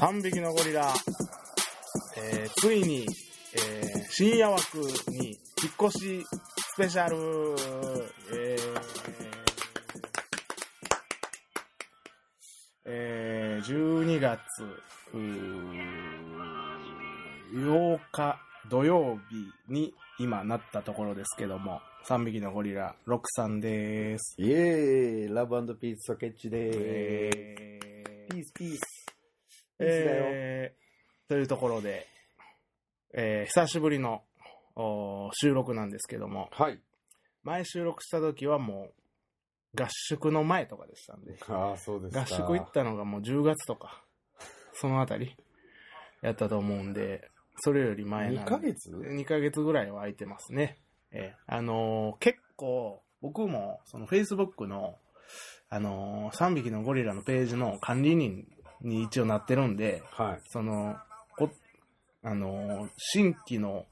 3匹のゴリラ、えーついに、えー深夜枠に引っ越しスペシャル、えーえー12月うー8日土曜日に今なったところですけども、3匹のゴリラ、6さんです。イエーイラブピースソケッチでーす。えーピースピース。ピースだよ。えー、というところで、えー久しぶりのおー収録なんですけども、はい。前収録した時はもう合宿の前とかでしたんで、ああ、そうですか。合宿行ったのがもう10月とか、そのあたりやったと思うんで、それより前なんで。2ヶ月2ヶ月ぐらいは空いてますね。えーあのー結構、僕も、その Facebook の、あのー3匹のゴリラのページの管理人に一応なってるんで、はい。その、こあのー新規の、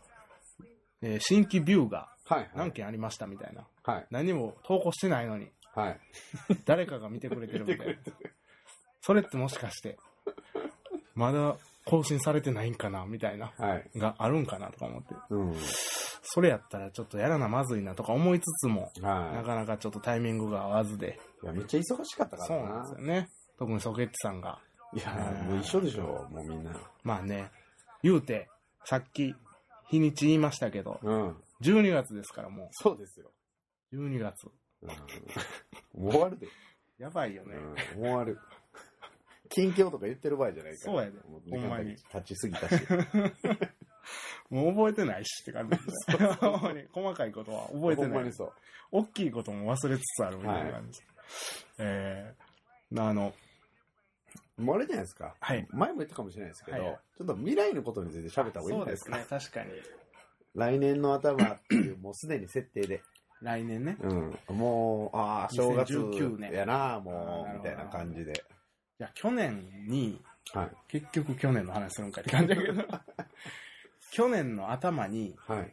えー新規ビューがはい。何件ありましたみたいな。はい。何も投稿してないのに、はい。誰かが見てくれてるみたいな。それってもしかして、まだ更新されてないんかなみたいな。はい。があるんかなとか思って。うん。それやったらちょっとやらなまずいなとか思いつつも、なはかなかちょっとタイミングが合わずで。い。いや、めっちゃ忙しかったかそうらなんな。ですよね。特にソケッチさんが。いや、もう一緒でしょ、もうみんな。まあね、言うて、さっき、日にち言いましたけど、うん。 12月ですからもそうですよ。う、12月。うんもう終わるで。やばいよね。うん、もう終わる。近況とか言ってる場合じゃないから。そうやでもほんまに時間経ちす ぎたし。もう覚えてないしって感じです ね。ほんまに細かいことは覚えてほんまないに。そう。大きいことも忘れつつあるみたいな感じ。えー、あの、もうあれじゃないですか。はい。前も言ったかもしれないですけど、はいちょっと未来のことについて喋った方がいいんじゃそうないでですすか。ね、確かに。来年の頭っていう、もうすでに設定で。来年ね。うん。もう、ああ、正月2019年やな、あーもなう、るみほどたいな感じで。いや、去年に、はい。結局去年の話するんかって感じだけ ど去年の頭にはい。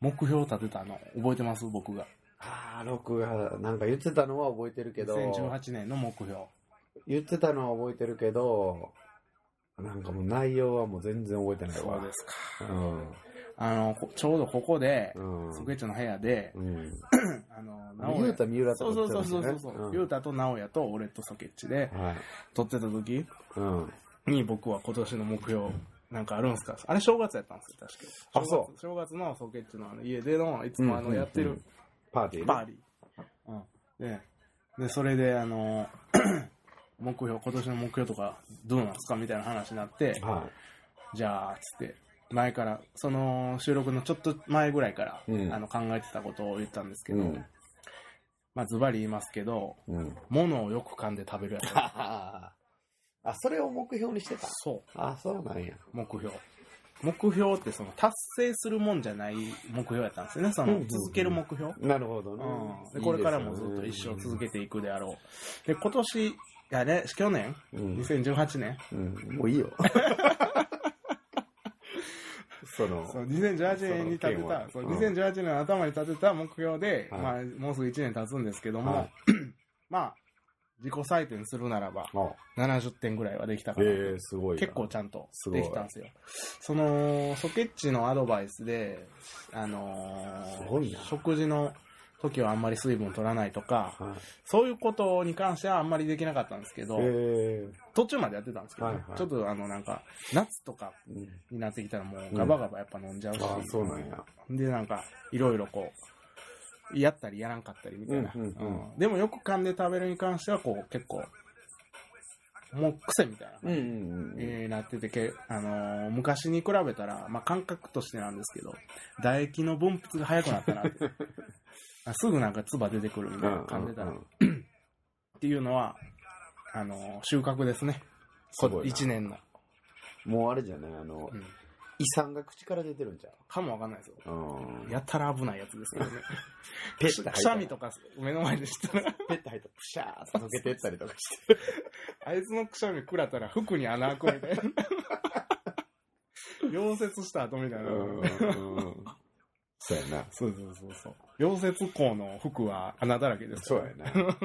目標を立てたの覚えてます僕がああ、録画、なんか言ってたのは覚えてるけど、 2018年の目標言ってたのは覚えてるけど、なんかもう内容はもう全然覚えてないわ。すかうん。あのこちょうどここでうん。スケッチの部屋でうん。あのあのゆうた三浦とそうそか来うてそまうしそうそうそたねうう雄太と直哉と俺とソケッチでん。はい。撮ってた時うん。に僕は今年の目標なんかあるんすかあれ正月やったんですよ確かあそう正月のソケッチのあの家でのいつもあうんうんうのんやってるパーティーねパーリー。うん。で、でそれで、あの、 目標、今年の目標とかどうなんすかみたいな話になって、はじゃあ、つって、前から、その収録のちょっと前ぐらいから、うんあの考えてたことを言ったんですけい。ど、まあ、ズバリ言いますけど、 うん。物をよく噛んで食べるやつ。あ、それを目標にしてた。そあ、そうなんや。う、目標。目標ってその達成するもんじゃない目標やったんですよね、そうんうんのうん続ける目標。なるほどねうん、でこれからもずっと一生続けていくであろう。で、今年、いやね、去年、けうん。 2018年、うんもういいよ。 その、そう2018年に立てそたの件は、そううん2018年の頭に立てた目標で、はいまあ、もうすぐ1年経つんですけども、はいまあ、自己採点するならば、あ、 70点ぐらいはできたかえら、ー、すごいな。結構ちゃんとすごいできたんですよ。その、ソケッチのアドバイスで、あすのごいなー食事の時はあんまり水分取らないとか、はい。そういうことに関してはあんまりできなかったんですけど、え途中までやってたんですけど、はいはいちょっとあのなんか、夏とかー、になってきたらもうガバガバやっぱ飲んじゃうし、ああ、そうなんや。でなんか、いろいろこう、やったりやらんかったりみたいな。うんうんうんうんでもよく噛んで食べるに関してはこう結構、もう癖みたいな。うんうんうん。えーなっててけ、あのー昔に比べたら、まあ、感覚としてなんですけど、唾液の分泌が早くなったなって あすぐなんか唾出てくるみたいなうん噛んでたら、うっんていうのは、あのー収穫ですね。すごいな1年の、もうあれじゃない、あのう、ん遺産が口から出てるんじゃかもわかんないですよ。ううん。やたら危ないやつですけどね。 ペくしくしゃみとか目の前でした ら、ペッて入ったら、プシャーって溶けてったりとかして。あいつのくしゃみ食らったら服に穴開くみたい な。溶接した後みたいな。うん。そうやな。そうそうそうそう。溶接工の服は穴だらけですそう からやな。うん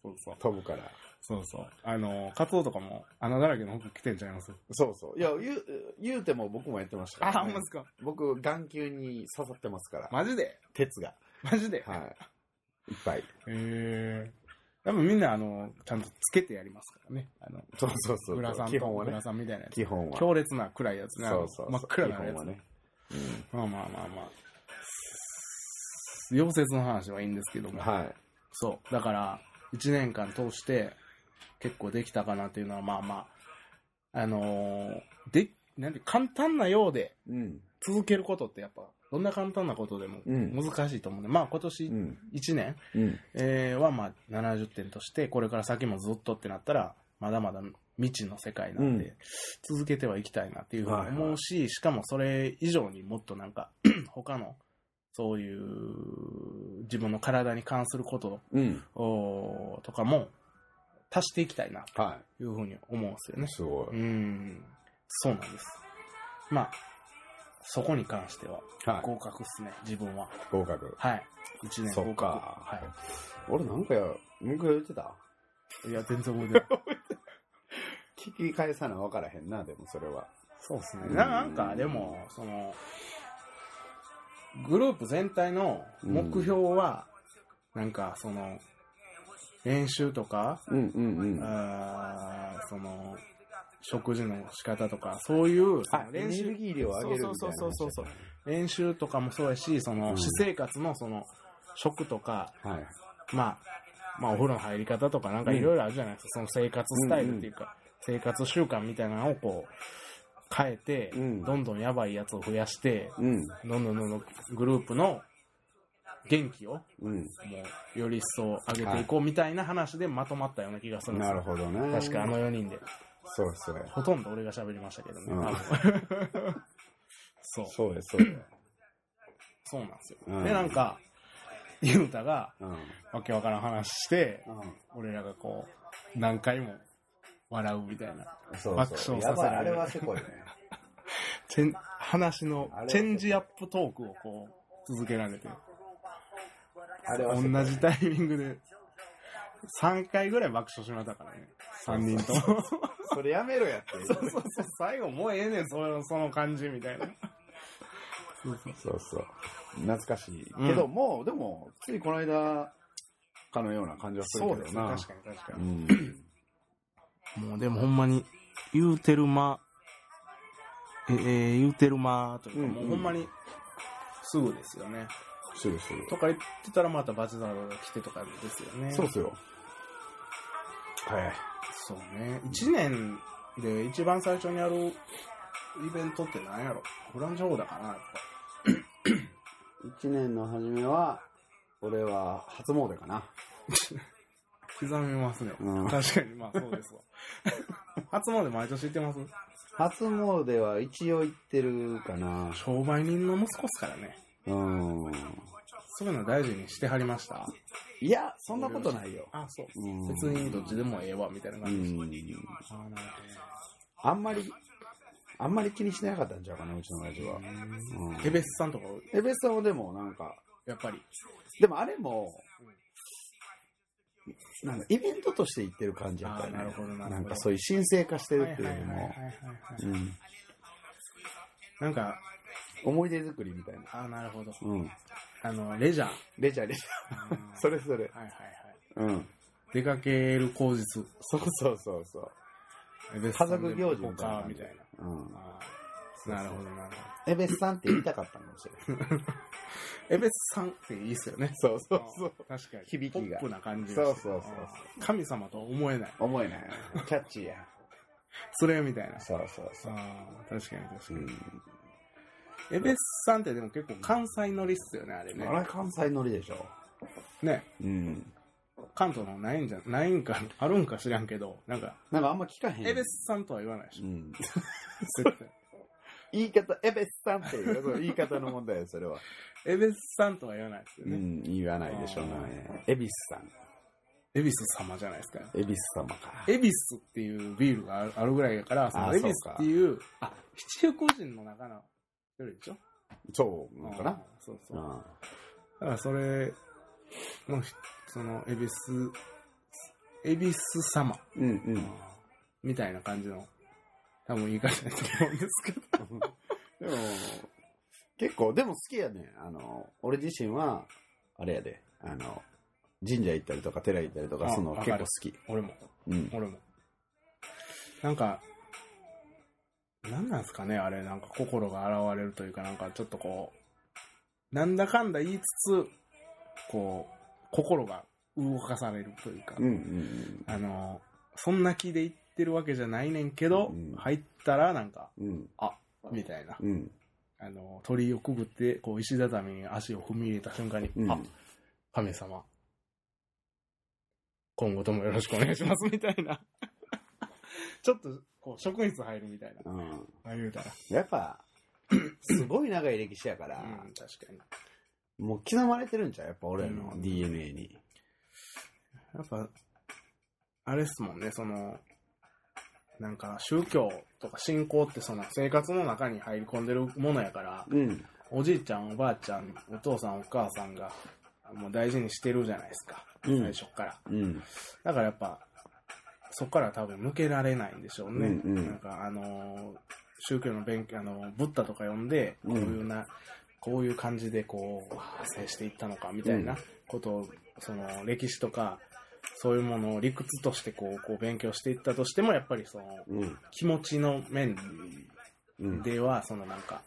そうそう。飛ぶから。そうそう。あの、カツオとかも穴だらけの服着てんちゃいますそうそう。いや、言う、言うても僕もやってましたからあ、ほね、んまですか。僕、眼球に刺さってますから。マジで鉄が。マジでへはい。いっぱい。え多分みんな、あの、ちゃんとつけてやりますからね。あの、そうそうそう。グラサン基と本はグねラ。サンみたいなやつ。基本は。強烈な暗いやつね。あそのうそうそう。真っ暗な基や本はつ。ね。まあまあまあまあ。溶接の話はいいんですけどうんも。はい。そう。だから、1年間通して、結構できたかなというのは、まあまあ、あのーで、なんて、簡単なようでうん。続けることってやっぱ、どんな簡単なことでもうん難しいと思うんで、まあ今う年ん。 1年、うん。えーはまあ70点として、これから先もずっとってなったら、まだまだ未知の世界なんで、うん続けてはいきたいなっていうふうにはいはい思うし、しかもそれ以上にもっとなんか、 他の、そういう、自分の体に関することうん。おーとかも足していきたいなはというふうに思うんですよねい。。すごうい。ん、そうなんです。まあ、そこに関してははい。合格っすね、自分は。合格。はい。1年そ合っ格。かは俺なんか、文句言ってたい。いや、全然覚えてない。聞き返さな分からへんな、でもそれは。そうですねうんななんかでもそのグループ全体の目標は、なんかその練習とか、うんうんうん。あーその食事の仕方とかそういうそあの、エ練ネル習ギー量を上げるみたいな話やったね。そうそうそうそうそう練習とかもそうやしその、うん私生活のその食とか、はい。まあ、まあお風呂の入り方とかなんかいろいろあるじゃないですか、その生活スタイルっていうか、生活習慣みたいなのをこう変えて、うんどんどんやばいやつを増やして、うん。どんどんどんどんグループの元気をもうん。うより一層上げていこうみたいな話でまとまったような気がするんですなよるほどね。確かあの4人でそうですね。ほとんど俺が喋りましたけどね、うん多分 そうそうです、そうです。そうなんですよ、うんでなんかゆうたがうん。うん。わけわからん話して俺らがこう何回も笑うみたいなそう爆笑そう。させられるやばい、あれはせこいね。チェン話のあれはチェンジアップトークをこう続けられてあれは同せこいじタイミングで3回ぐらい爆笑しましたからね3人ともそれやめろやって。そうそうそう最後もうええねんそのその感じみたいなそうそうそうそう。懐かしい。けど、もう、でも、ついこの間かのような感じはするそうでけすどねな。確かに確かうん。にもうでもほんまに言うてる間え、えー言うてる間というか、うんもうほんまにすぐですよねするする。とか言ってたらまたバチザーが来てとかですよね。そうっすよ。はい。そうね。1年で一番最初にやるイベントって何やろフランジョーだかなやっ一年の初めは、俺は初詣かな。ぱ刻みますね。うん確かに、まあそうですわ。 初詣毎年行ってます初詣は一応行ってるかな。商売人の息子っすからね。うん。そういうの大事にしてはりましたいや、そんなことないよ。あ、そう。うん別にどっちでもええわ、みたいなう感じでした。ん。あーなるあんまり、あんまり気にしなかったんちゃうかな、うちの親父はほど。ねうんエベスさんとか、エベさんはでもなんか、やっぱり。でもあれも、なんかイベントとして行ってる感じやったよね。あーなるほどなるほどんかそういう神聖化してるっていうよはいりはいもは、いはいうん、なんか、思い出作りみたいな。あーなるほど。うん。あの、レジ ャー。レジャーレジャー。それそはれ。いはいはい。うん。出かける口実。そうそうそうそう。家家族行事みみたいなた感いじな。うん。あーなるほどなるほエベスさんって言いたかったのかもしれない。ど。エベスさんっていいっすよね。 そうそうそう。確かに。響きがポップな感じそうそうそうあー神様とは思えない。思えない。キャッチーや。それみたいな。そうそうそう。あー確かに確かうに。ん。エベスさんってでも結構関西乗りっすよね、あれね。あれ関西乗りでしょ。ね。うん。関東のないんじゃ、ないんか、あるんか知らんけど、なんか、なんかあんま聞かへん。エベスさんとは言わないでしうょ。ん。絶対言い方、エベスさんっていう、その言い方の問題よ、それは。エベスさんとは言わないですよ うね。ん、言わないでしょうね。エビスさん。エビス様じゃないですか。エビス様か。恵比寿っていうビールがあるあるぐらいだから、そあのー恵比寿っていう、あ、七福神の中の一人でしょそう、なんかあーな。そうそうう。ん。だからそれの、その、恵比寿、恵比寿様うんうん。みたいな感じの、多分言い方だと思うんですけど。でも、結構、でも好きやね。あの、俺自身は、あれやで、あの、神社行ったりとか寺行ったりとか、あそのわか結る構好き。俺も、うん。俺も。なんか、なんなんですかね、あれ、なんか心が現れるというか、なんかちょっとこう、なんだかんだ言いつつ、こう、心が動かされるというか、うんうんうん。あの、そんな気で言ってるわけじゃないねんけど、うん入ったらなんか、うん。みたいな。うん。あの、鳥居をくぐって、こう、石畳に足を踏み入れた瞬間に、うんあ、神様、今後ともよろしくお願いします、みたいな。 ちょっと、こう、職員室入るみたいな。うん。ああ言うたら。やっ ぱ、すごい長い歴史やから、うん、確かに。もう刻まれてるんちゃうやっぱ俺らのうん DNA に。やっぱ、あれっすもんね、その、なんか、宗教とか信仰って、その、生活の中に入り込んでるものやから、うん。おじいちゃん、おばあちゃん、お父さん、お母さんが、もう大事にしてるじゃないですか。う最ん初っから。うん。だからやっぱ、そこから多分抜けられないんでしょうね。うんうんなんか、あのー宗教の勉強、あのーブッダとか読んで、うこうんいうな、こういう感じでこう、派生していったのか、みたいなことを、その、歴史とか、そういうものを理屈としてこう、こう勉強していったとしても、やっぱりその、うん。気持ちの面うん。では、そのなんか、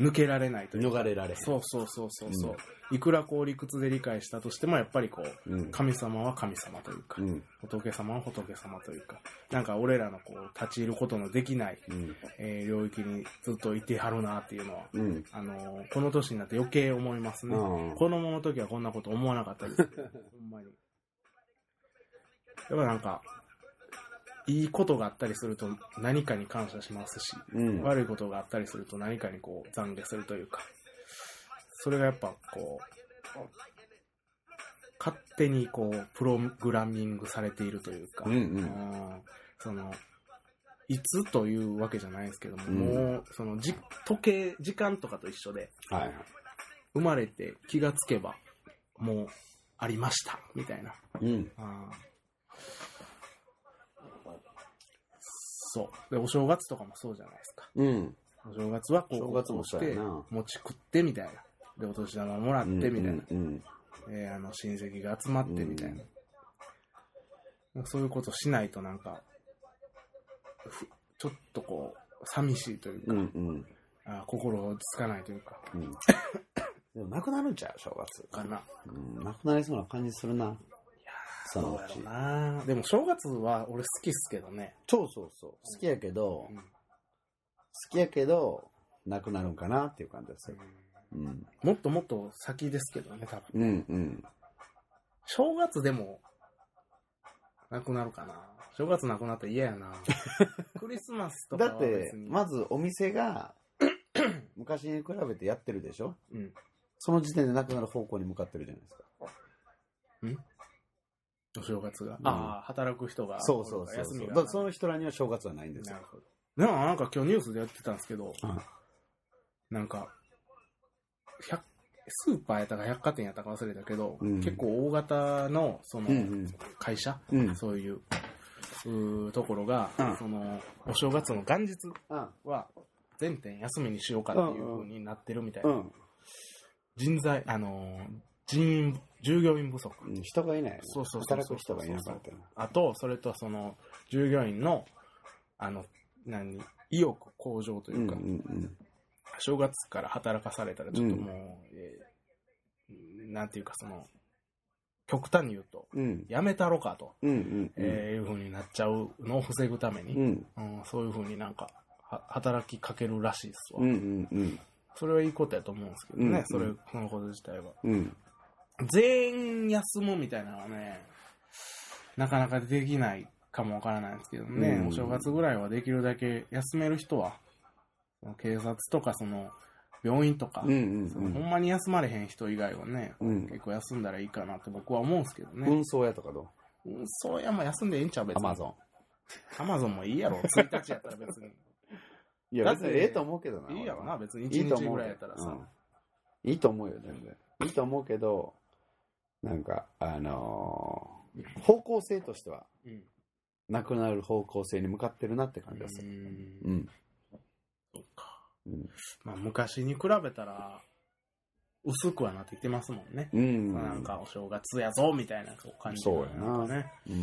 抜けられないというか。逃れられへん。そうそうそうそうそう、いくらこう理屈で理解したとしても、やっぱりこう、うん。神様は神様というかう、ん。仏様は仏様というか、なんか俺らのこう、立ち入ることのできない、うん。えー領域にずっといてはるなっていうのは、うん。あのーこの年になって余計思いますね。うん子供の時はこんなこと思わなかったです。 ほんまに。やっぱなんか、いいことがあったりすると何かに感謝しますし、うん。悪いことがあったりすると何かにこう、懺悔するというか、それがやっぱこう、勝手にこう、プログラミングされているというか、うんうん。うんその、いつというわけじゃないですけども、うんもう、そのじ、時計、時間とかと一緒で、はい。生まれて気がつけば、もう、ありました、みたいな。うん。うんそう。で、お正月とかもそうじゃないですか。うん。お正月はこう、正月もそうやな餅食ってみたいな。で、お年玉もらってみたいな。うんうん。えーあの、親戚が集まってみたいな。なんかそういうことしないとなんか、ふちょっとこう、寂しいといううか、んうん。あー心が落ち着かないというか、うん。でもなくなるんちゃう正月。かな。うん。なくなりそうな感じするな。そのどううやろちう。な。でも正月は俺好きっすけどね。そうそうそう。好きやけど、うん好きやけど、なくなるんかなっていう感じでする。うん。もっともっと先ですけどね、多分。うんうん。正月でも、なくなるかな。正月なくなったら嫌やな。 クリスマスとかだはって別、にまずお店が、昔に比べてやってるでしょうん。その時点でなくなる方向に向かってるじゃないですか。お正月が。うんああ、働く人が。そうそうそう休そう。みだがからその人らには正月はないんですなよる。ほど。でもなんか今日ニュースでやってたんですけど、うんなんか、百スーパーやったか百貨店やったか忘れたけど、うん結構大型の、そのう、ん会社、うん。うん。そういう、うーところが、うんその、お正月の元日あは、全店休みにしようかっていう風になってるみたいな。うん。人材、あのー人員、従業員不足。うん人がいない。そうそうそう働く人がいなかったな。あと、それとその、従業員の、あの、何、意欲向上とういうんうか、ん正月から働かされたら、ちょっともう、えーなんていうか、その、極端に言うと、うん。うん。やめたろかと、うんうん。えーいう風になっちゃうのを防ぐためうに、ん。うんそういう風になんか、は働きかけるらしいっすわ。うんうんうん。それはいいことやと思うんですけどね、うんうんそれ、そのこと自体は。うん。全員休むみたいなのはね、なかなかできないかもわからないんですけどね、うんお正月ぐらいはできるだけ休める人は、警察とかその病院とか、うんうんそのほうんんまに休まれへん人以外はね、うん。結構休んだらいいかなって僕は思うんですけどね。運送屋とかどううん、そうやも休んでいいんちゃう別アに。マゾン。アマゾンもいいやろ、1日やったら別に。いや、だっ別てにええと 思うけどな。いいやろ俺な、は。別にいいと1日思うぐよらいやったらさ。うんいいと思うよ、全然。いいと思うけど、なんか、あのー方向性としては、うん。なくなる方向性に向かってるなって感じがすうる。んうん。そっかうん。まあ、昔に比べたら、薄くはなってきてますもんね。うん。なんか、お正月やぞ、みたいな感じそうやなね。うんうん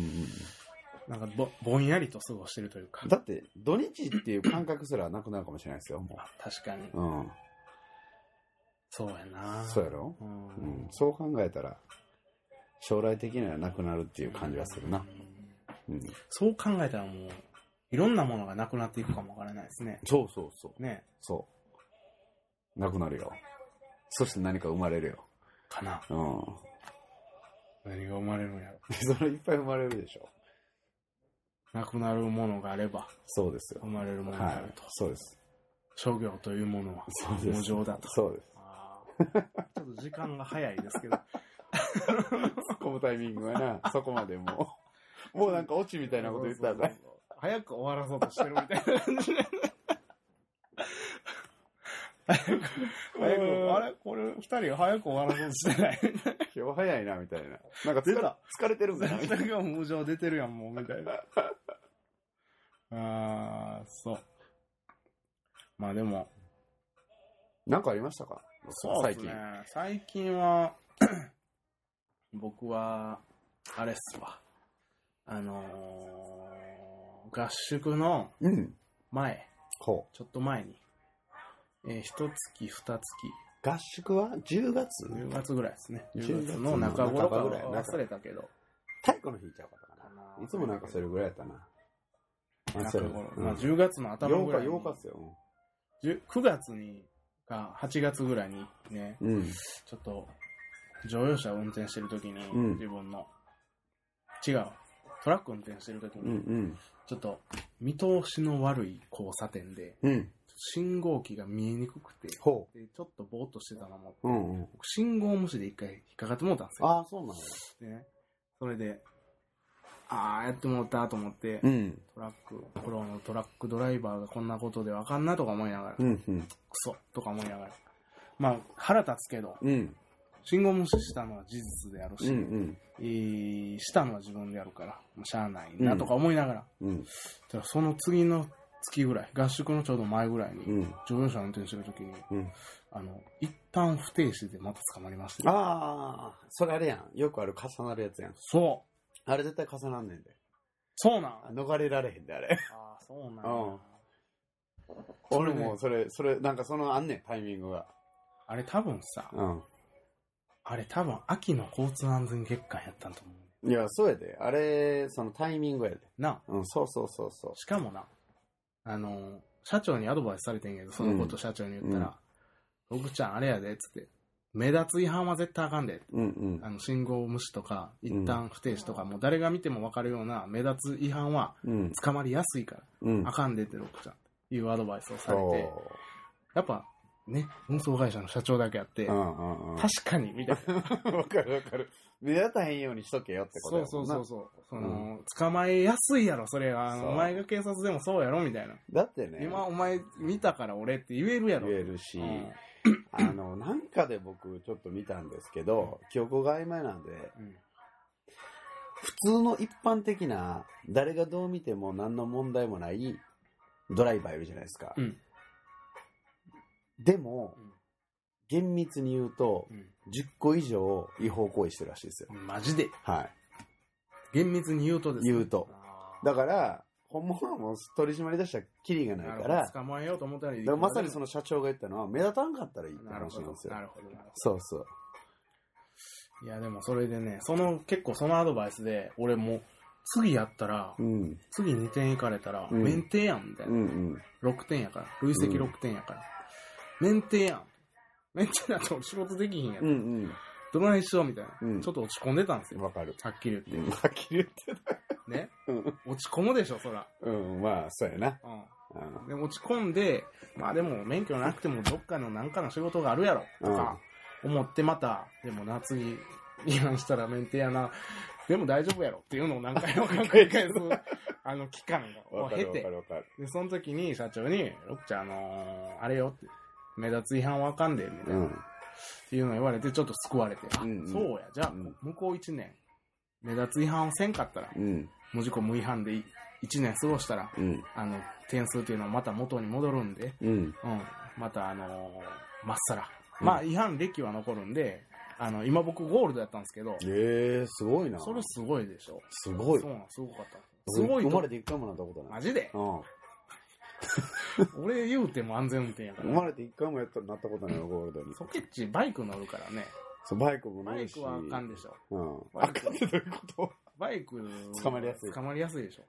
なんかぼ、ぼんやりと過ごしてるというかうん。。だって、土日っていう感覚すらなくなるかもしれないですよ、もあ確かに。う。うん。そうやな。そうやろううんん。。そう考えたら、将来的にはなくなるっていう感じがするなう。んうん。そう考えたらもう、いろんなものがなくなっていくかもわからないですね。そうそうそう。ね。そう。なくなるよ。そして何か生まれるよ。かな。うん。何が生まれるんやろ。それいっぱい生まれるでしょ。なくなるものがあれば、そうですよ生。まれるものがあはるいと。。そうです。商業というものはそうです。無情だと。そうです。あーちょっと時間が早いです けど、突っ込むタイミング はな、そこまでもう。もうなんかオチみたいなこと言ったらそうそうそう早く終わらそうとしてるみたいな感じで。早く、 早く、あれこれ、二人早く終わらそうとしてない。 今日早いな、みたいな。なんか疲れ出た疲れてるんだな、みたい全が無情出てるやん、もう、みたいな。あー、そう。まあでも、な。なんかありましたか最近。最近は、 僕は、あれっすわ。あのー合宿の最近。うん。前、こちょっと前に、えー、一月、二月、う。合宿は10月10月ぐらいですね。10 10月月のの中頃か中頃やな忘れたけど。太鼓の日ちゃうかったかな。いつもなんかそれぐらいやったな。あそ中うや頃。まあ、うん10月の頭ぐらい8日、に。 8日っすよ。 10 9月に、か、8月ぐらいにね、うん。ちょっと、乗用車を運転してるときに、ん自分の、違う、トラック運転してるときうに、んちょっと、見通しの悪い交差点で、うん。うん。信号機が見えにくくて、ほでちょっとぼーっとしてたのも、う。うんうん。僕信号無視で一回引っかかってもうたんですよ。ああ、そうなんだ。でね、それで、ああ、やってもうたと思って、うん。トラック、プロのトラックドライバーがこんなことでわかんなとか思いながら、うんうん。クソとか思いながら。まあ、腹立つけど、うん。信号無視したのは事実であるうんし、うん。えーしたのは自分でやるから、まあ、しゃあないなとか思いながら、うん。ただその次の月ぐらい、合宿のちょうど前ぐらいに、うん。乗用車運転してる時に、うん。あの、一旦不停止でまた捕まりました。ああ、それあれやん。よくある重なるやつやん。そうあれ絶対重なんねんで。そうなんあ逃れられへんで、あ れ。あーそうなんやうんそ俺れねもそれ、それ、なんかそのあんねん、タイミングが。あれ多分さ、うん。あれ多分秋の交通安全月間やったんと思う。いや、そうやで。あれ、そのタイミングやで。なうん、そうそうそうそしかもな、あの、社長にアドバイスされてんけど、そのこと社長に言ったら、僕ちゃんあれやで、つって、目立つ違反は絶対あかんで。う。うんうんあの、信号無視とか、ん一旦不停止とか、もう誰が見てもわかるような目立つ違反は。うん。捕まりやすいから、うんあ。かんでって、僕ちゃん。いうアドバイスをされて、そやっぱ、ね、運送会社の社長だけあって、う。うんうん うん。確かに、みたいな。わかるわかる。目立たへんようにしとけよってことそやうもそんうなそうそう。その、捕まえやすいやろ、それは。あのそうお前が警察でもそうやろ、みたいな。だってね、今、お前見たから俺って言えるやろ。言えるし、うんあの、なんかで僕ちょっと見たんですけど、記憶が曖昧なんで、うん普通の一般的な、誰がどう見ても何の問題もないドライバーいるじゃないですか。うんでもうん、厳密に言うと、10個以上違法行為してるらしいですよ。マジでは厳密に言うとですい。言うと。あーだから、本物はもう取り締まり出したらキリがないなかるほら、ど捕まえようと思ったらいだいからまさにその社長が言ったのは、目立たんかったらいいってなる話ほなんどですよな。るほどなるほそうそう。どいやでもそれでねその結構そのアドバイスで俺も次やったら、うん。次2点いかれたら、うん免停やんみたいうな、んうん。 6点やから累積6点やから、免停やん免停だと仕事できひんやん、うんどないしようみたいな、うんちょっと落ち込んでたんですうん。よわかる。はっきりう言っ んはっきり言っててねた。うん落ち込むでしょそらうん、まあ、そうやな。うんうんで落ち込んで、まあでも免許なくてもどっかの何かの仕事があるやろとか思ってまた、でもな、次違反したら免停やな、でも大丈夫やろっていうのを何回も繰り 返す、あの期間をわか経るわかて、るわかる。で、その時に社長に、ロッちゃん、あのーあれよって、目立つ違反わかんで、みたいな、うっん。ていうのを言われて、ちょっと救われて、あうんうんそうや、じゃあ、うん向こう1年、目立つ違反をせんかったら、うん、文字庫無違反で1年過ごしたら、うん、あの、点数っていうのはまた元に戻るんで、うん、うん、またあのーまっさら。うんまあ、違反歴は残るんで、あの、今僕ゴールドやったんですけど、えー、すごいな。それすごいでしょ。すごいそう。なん、すごかった。す俺ごい生とまれて一回もなったことなマい。ジでうん。俺言うても安全運転やか生ら。まれて一回もやったなったことないよ、ゴールドに。ソケッチバイク乗るからね。そう、バイクも乗バイるし。クはあかんでしょ。うん。バあイクかんってどういうことバイク捕まりやすい捕まりやすいでしょ。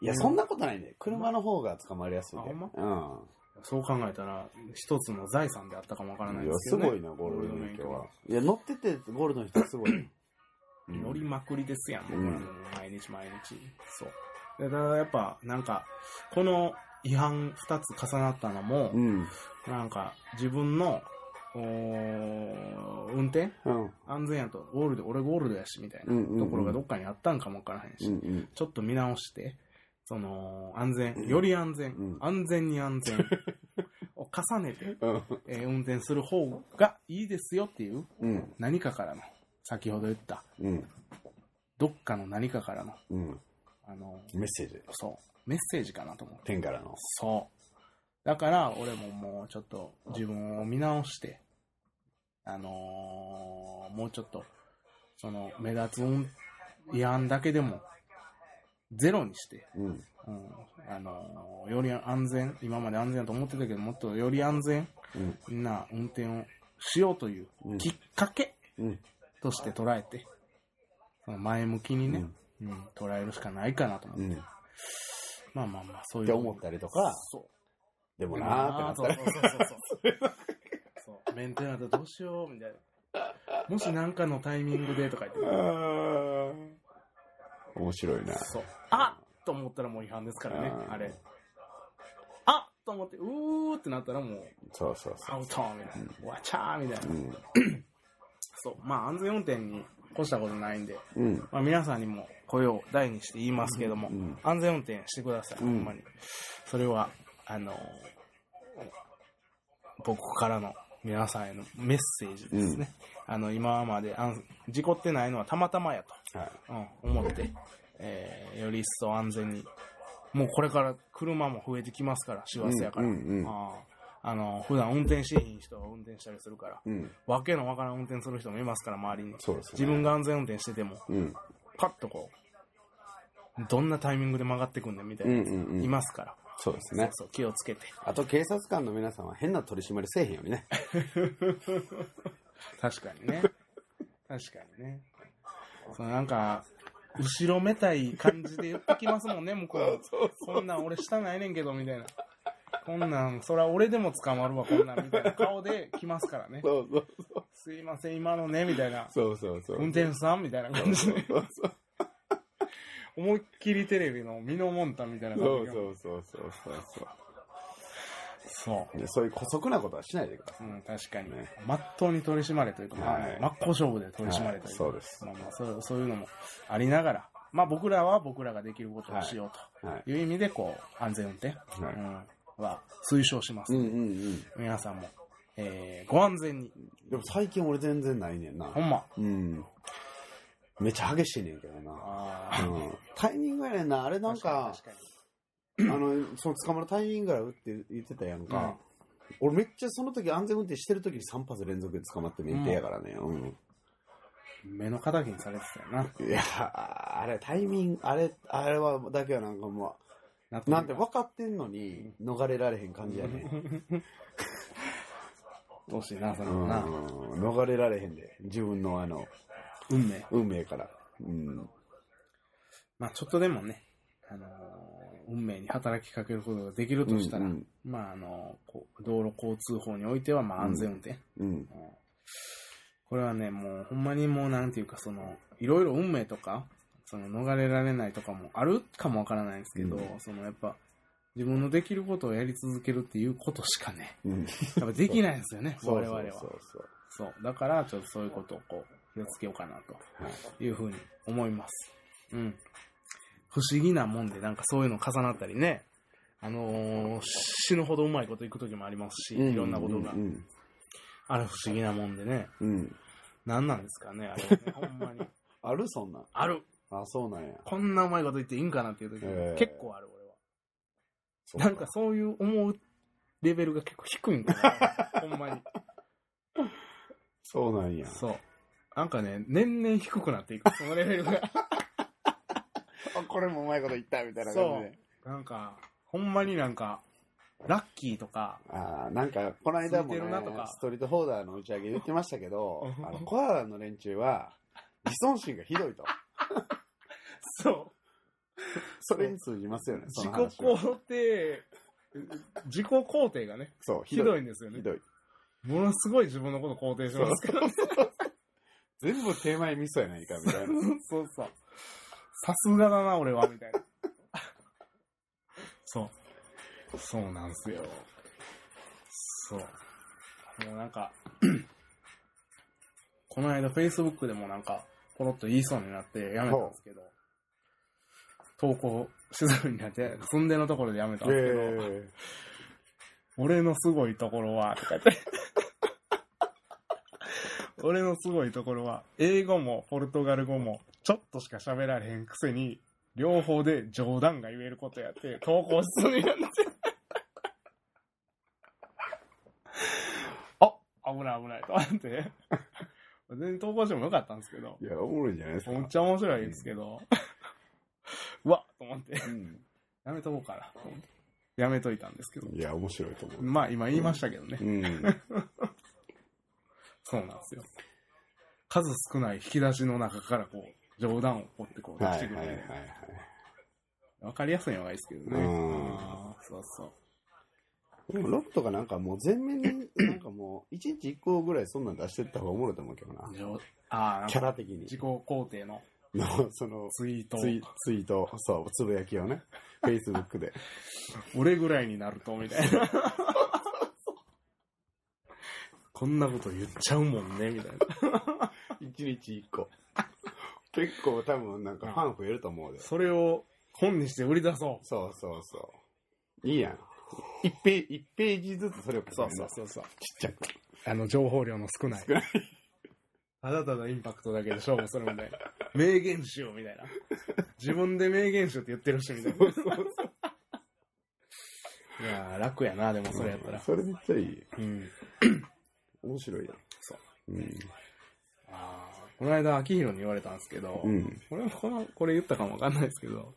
いや、そんなことないね。車の方が捕まりやすいあで。ほんまうん。そう考えたら、一つの財産であったかもわからないいでや、すすけど、ね。ごいな、ゴールドの人はゴ。いや、乗ってて、ゴールドの人すごいね。うん乗りまくりですやん、う僕んらも毎日毎日。そう。でただやっぱ、なんか、この違反二つ重なったのも、うん。なんか、自分の、おー運転うん。安全やと、ゴールド、俺ゴールドやし、みたいなうんうんうんところがどっかにあったんかもわからへんし、うんうん。ちょっと見直して、その、安う全、んより安全、うん安全に安 全を重ねて、うん。えー運転する方がいいですよっていう、うん。何かからの、先ほど言った、うん。どっかの何かからの、うん。あの、メッセージ。そう、メッセージかなと思って。天からの。そう。だから、俺ももうちょっと自分を見直して、あのーもうちょっと、その、目立つ運違反だけでも、ゼロにして、うん。うんあのより安全、今まで安全だと思ってたけど、もっとより安全うん。な運転をしようといううんきっかけうん。として捉えて、その前向きにね、うん捉えるしかないかなと思っうて、ん。っまあまあまあ、そういう。て思ったりとか、そでう。もなーってそうなっそうそうそうそう。そうメンテナンスどうしよう、みたいな。もし何かのタイミングでとか言たらっあー。面白いなて、。そう。あっと思ったらもう違反ですからね、うんあれ。あっと思って、うーってなったらもう、そうそうそ。アウトみたいな、わちゃーみたいううな、ん。そう、まあ安全運転に越したことないんで、うん。まあ、皆さんにも声を大にして言いますけども、うん安全運転してください、うんほんまに。それは、あのー僕からの皆さんへのメッセージですね。あの、今まで安事故ってないのはたまたまやと。はい。うん、思って、えーより一層安全に。もうこれから車も増えてきますから、師走やから。うんうんうんあーあの、普段運転しひん人は運転したりするから。うん。わけのわからん運転する人もいますから、周りに。そうですね自分が安全運転してても、うん。パッとこう、どんなタイミングで曲がってくんねんみたいなやつ、うんうんうんいますから。そうですそうね。そう、気をつけて。あと警察官の皆さんは変な取り締まりせえへんようにね。確かにね。確かにね。そのなんか、後ろめたい感じで言ってきますもんね、向こうは。そんなん俺下ないねんけど、みたいな。こんなん、そら俺でも捕まるわ、こんなん、みたいな顔で来ますからね。 そうそうすいません、今のね、みたいな。そうそうそう。運転手さんみたいな感じで。そうそう思いっきりテレビのミノモンタみたいな感そじうで。そうそうそうそうそそうう。でそういう姑息なことはしないでくださうん、確かにね。まっとうに取り締まれというか、まあはい真っ向勝負で取り締まれというか、はいそうですまあまあそう、そういうのもありながら、まあ僕らは僕らができることをしようい。はい。という意味で、こう、安全運転、はいうん、は推奨します。うんうんうん。皆さんも、えー、ご安全に。でも最近俺全然ないねんなほ。んま。うん。めっちゃ激しいねんけどな。あうーん。タイミングやねんな。あれなんか、確にあの、その捕まるタイミングから打って言ってたやんか。俺めっちゃその時安全運転してる時に3発連続で捕まって免停やからね。うん確かに目の敵にされてたよな。いやーあれ、タイミング、あれ、あれは、だけはなんかもなっう、なんて分かってんのに、逃れられへん感じやね。どうしてな、それうもんな。逃れられへんで、自分のあの、運命。運命から。うん。まあちょっとでもね、あのー運命に働きかけることができるとしたら、うんまああのこう道路交通法においてはまあ安全運転、うん。うんこれはねもうほんまにもうなんていうかそのいろいろ運命とかその逃れられないとかもあるかもわからないんですけど、うんそのやっぱ自分のできることをやり続けるっていうことしか ねうん。やっぱできないんですよねそう我々はそうそうそうそうだからちょっとそういうことをこう気をつけようかなとはいいうふうに思います。うん。不思議なもんで、なんかそういうの重なったりね、あのー死ぬほどうまいこといく時もありますし、いろんなことが。うん。あれ不思議なもんでね、うん。 何なんですかね、あれはね、ほんまに。あるそんなん。ある。あ、そうなんや。こんなうまいこと言っていいんかなっていう時、えー結構ある、俺は。そうなんかそういう思うレベルが結構低いんか な。ほんまに。そうなんや。そう。なんかね、年々低くなっていく、そのレベルが。 あこれもうまいこと言ったみたいな感じで。なんか、ほんまになんか、ラッキーとか、ああ、なんか、この間も、ついねてるなとか、、ストリートホーダーの打ち上げ言ってましたけ どあの、コアラの連中は、自尊心がひどいと。そう。それに通じますよね、そ自己の話は肯定、自己肯定がね、そう、ひどいんですよねひ。どい。ものすごい自分のこと肯定しますけど、全部手前味噌やないか、みたい な。 そうそう。さすがだな、俺は、みたいな。 そう。そうなんすよ。そう。もうなんか、 この間 Facebook でもなんか、ポロッと言いそうになってやめたんですけど、投稿しづらになって、寸んでのところでやめたんですけど、え俺のすごいところは、とか言って。俺のすごいところは、英語もポルトガル語も、ちょっとしか喋られへんくせに、両方で冗談が言えることやって、投稿しそうになって。 あ危ない危ないと思って。全然投稿してもよかったんですけどー、いや、おもろいんじゃないですか。めっちゃ面白いですけど、うわっと思って、うんやめとこうかなと思って。やめといたんですけど。いや、面白いと思う。まあ今言いましたけどね。 うん。そうなんですよ。数少ない引き出しの中からこう、冗談をポってこう出はしいてはいくる。はわ、いはい。かりやすいのがいいですけどね。うんあーそうそう。でもロットがなんかもう全面に、なんかもう、1日1個ぐらいそんなん出してった方がおもろいと思うけどな。冗ああ、なんキャかラ的に。自己肯定のの、 その、ツイートツイツイート、そう、つぶやきを ね、フェイスブックで。俺ぐらいになると、みたいな。こんなこと言っちゃうもんね、みたいな。一日一個。結構多分なんかファン増えると思うで。それを本にして売り出そう。そうそうそう。いいやん。一ペ一ページずつそれを書くそねうそうそうそう。ちっちゃく。あの、情報量の少ない。少ないただただインパクトだけで勝負するみたい な。名言集みたいな。自分で名言集って言ってるし、みたいな。いやー、楽やな、でもそれやったら。それめっちゃいい。うん。面白いやん。。そううん。あーこの間、秋広に言われたんですけど、うん。俺もこの、これ言ったかもわかんないですけど、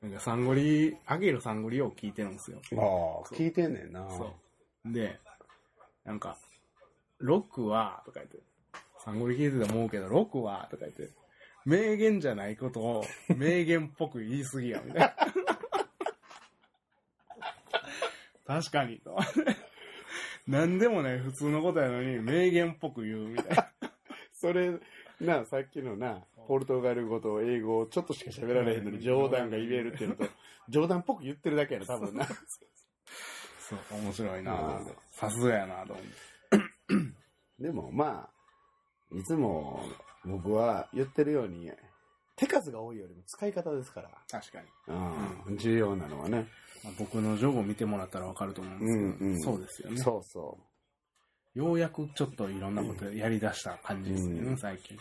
なんかサンゴリ、秋広サンゴリを聞いてるんですよ。ああ、聞いてんねんな。そう。で、なんか、ロックは、とか言って、サンゴリ聞いてて思うけど、ロックは、とか言って、名言じゃないことを名言っぽく言いすぎや、みたいな。 確かに、と。なんでもない普通のことやのに、名言っぽく言う、みたいな。それ、な、さっきのな、ポルトガル語と英語をちょっとしか喋られへんのに冗談が言えるっていうのと、冗談っぽく言ってるだけやな、多分な。そう、面白いなあぁ。さすがやなぁ、と思って。でもまあ、いつも僕は言ってるように、手数が多いよりも使い方ですから。確かに。うん、重要なのはね。まあ僕のジョゴ見てもらったらわかると思うんですけど、うんうんそうですよね。そうそようやくちょっといろんなことやりだした感じですね、うん最近。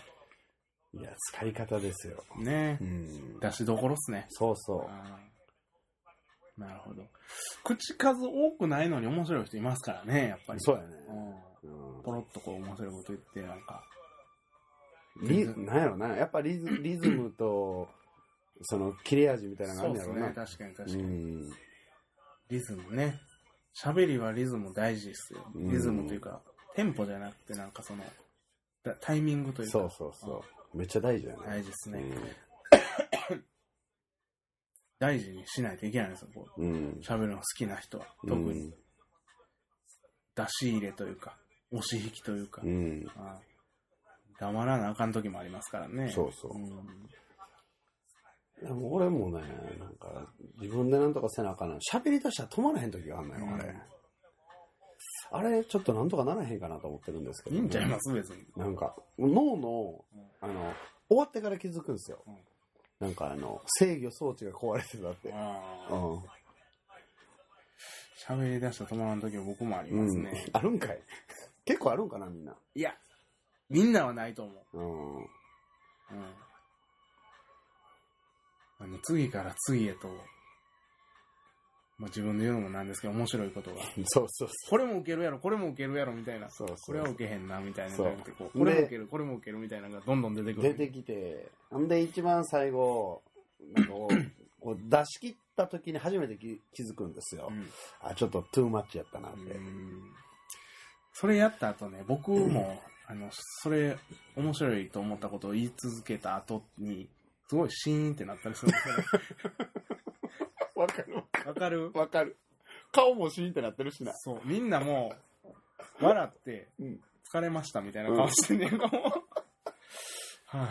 う。いや、使い方ですよ。ねうん。出しどころっすね。そうそあーなるほど。口数多くないのに面白い人いますからね、やっぱう。り。。そううやね。ん。うんポロッとこう面白いこと言って、なんか。リなんやろな。やっぱリズリズムと、その切れ味みたいなのがそあうるんでやすろねうな。、確かに確かうに。ん。リズムね。喋りはリズム大事ですよ。うんリズムというか、テンポじゃなくて、なんかその、だタイミングというか。そうそうそう。めっちゃ大事やね。大事ですね、う大事にしないといけないんですよ、こん。うんう。喋るの好きな人は。特に。出し入れというか、押し引きというか、うん。うん。ああ黙らなあかん時もありますからね。そうそう。んでも俺もね、なんか、自分でなんとかせなあかんな。喋り出したら止まらへん時があんのよ、あれ。あれ、ちょっとなんとかならへんかなと思ってるんですけど、いいんちゃいます、別に。なんか、脳のうん、あの、終わってから気づくんですようん。なんかあの、制御装置が壊れてたって。うああん。喋り出したら止まらん時は僕もありうますんね。。あるんかい結構あるんかな、みんな。いや、みんなはないと思うん。う。うんあの、次から次へと、まあ、自分で言うのもなんですけど、面白いことが。そうそうそこれも受けるやろ、これも受けるやろ、みたいな。そうそうこれは受けへんな、みたいなのじゃなくて。こうそうこれもで受ける、これも受ける、みたいなのがどんどん出てう。く出る。てきて、んで一番最後、なんかこうこう出し切った時に初めてき気づくんですよう。んあ、ちょっとトゥーマッチやったなって。うんそれやった後ね、僕も、あの、それ、面白いと思ったことを言い続けた後に、すごいシーンってなったりするんですよ ね。わ、かるわかるわかる。顔もシーンってなってるしな。そう、みんなもう、笑って、うん。疲れましたみたいな顔してんねんかも。は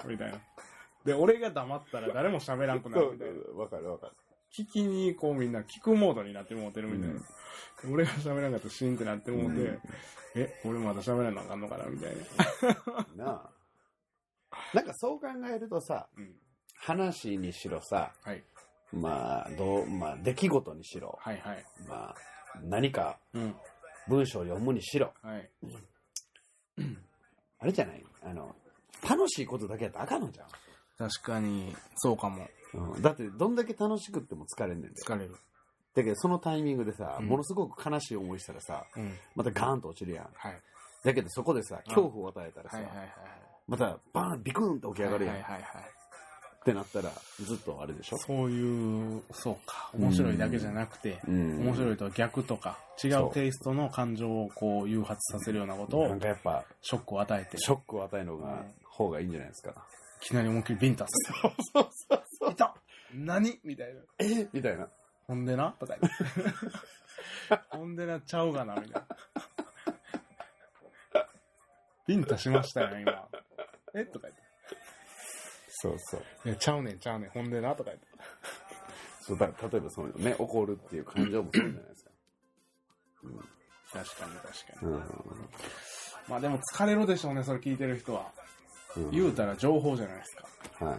ぁ、みたいな。で、俺が黙ったら誰も喋らんくなるみたいな。わかるわかる。聞きに、こうみんな聞くモードになってもうてるみたいな。で俺が喋らんかったらシーンってなってもうて、うんえ、俺まだ喋らなあかんのかなみたいな。なあ。 なんかそう考えるとさ、うん話にしろさ、はい。まあ、どう、まあ、出来事にしろ、はいはい。まあ、何かうん。文章を読むにしろ、はい。あれじゃないあの、楽しいことだけやったらあかんのじゃ確かに、そうかも。ん。うん、だって、どんだけ楽しくっても疲れんねんで。疲れる。だけど、そのタイミングでさ、うんものすごく悲しい思いしたらさ、うん。またガーンと落ちるやん。はい。だけど、そこでさ、恐怖を与えたらさ、はいはいはいはい。またバーン、ビクンと起き上がるやん。はいはいはいはい。ってなったら、ずっとあれでしょそういう、そうか。面白いだけじゃなくて、うん面白いとは逆とか、違そううテイストの感情をこう誘発させるようなことなんを、かやっぱ、ショックを与えて、いショックを与えるのが、うん方がいいんじゃないですか。きなり思いっきりビンタする。そうそうそう。いた何みたいな。えみたいな。ほんでなとか言って。 ほんでなちゃうがなみたいな。ビンタしましたよ、今。えとか言ってそうそう。。いやちゃうねん、ちゃうねん、ほんでなとか言って。そうだ例えばそのね、怒るっていう感情もそうじゃないですか。確かに確かに。うまあでも疲れるでしょうね、それ聞いてる人は。ん。言うたら情報じゃないですか。は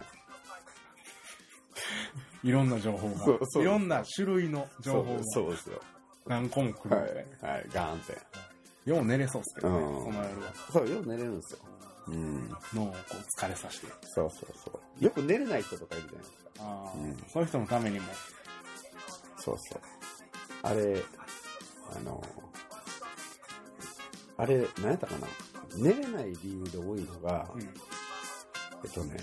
い。いろんな情報が。そうそういろんな種類の情報が。そうそうですよ。何個も来はるみいたい。はい。ガーンって。な。よう寝れそうっすけどね、うそんの夜は。そう、よく寝れるんですよ。う脳ん。をこう疲れさせて。そうそうそう。よく寝れない人とかいるじゃないですか。ああ、うんそういう人のためにも。そうそう。あれ、あの、あれ、何やったかな寝れない理由で多いのが、うん。えっとね、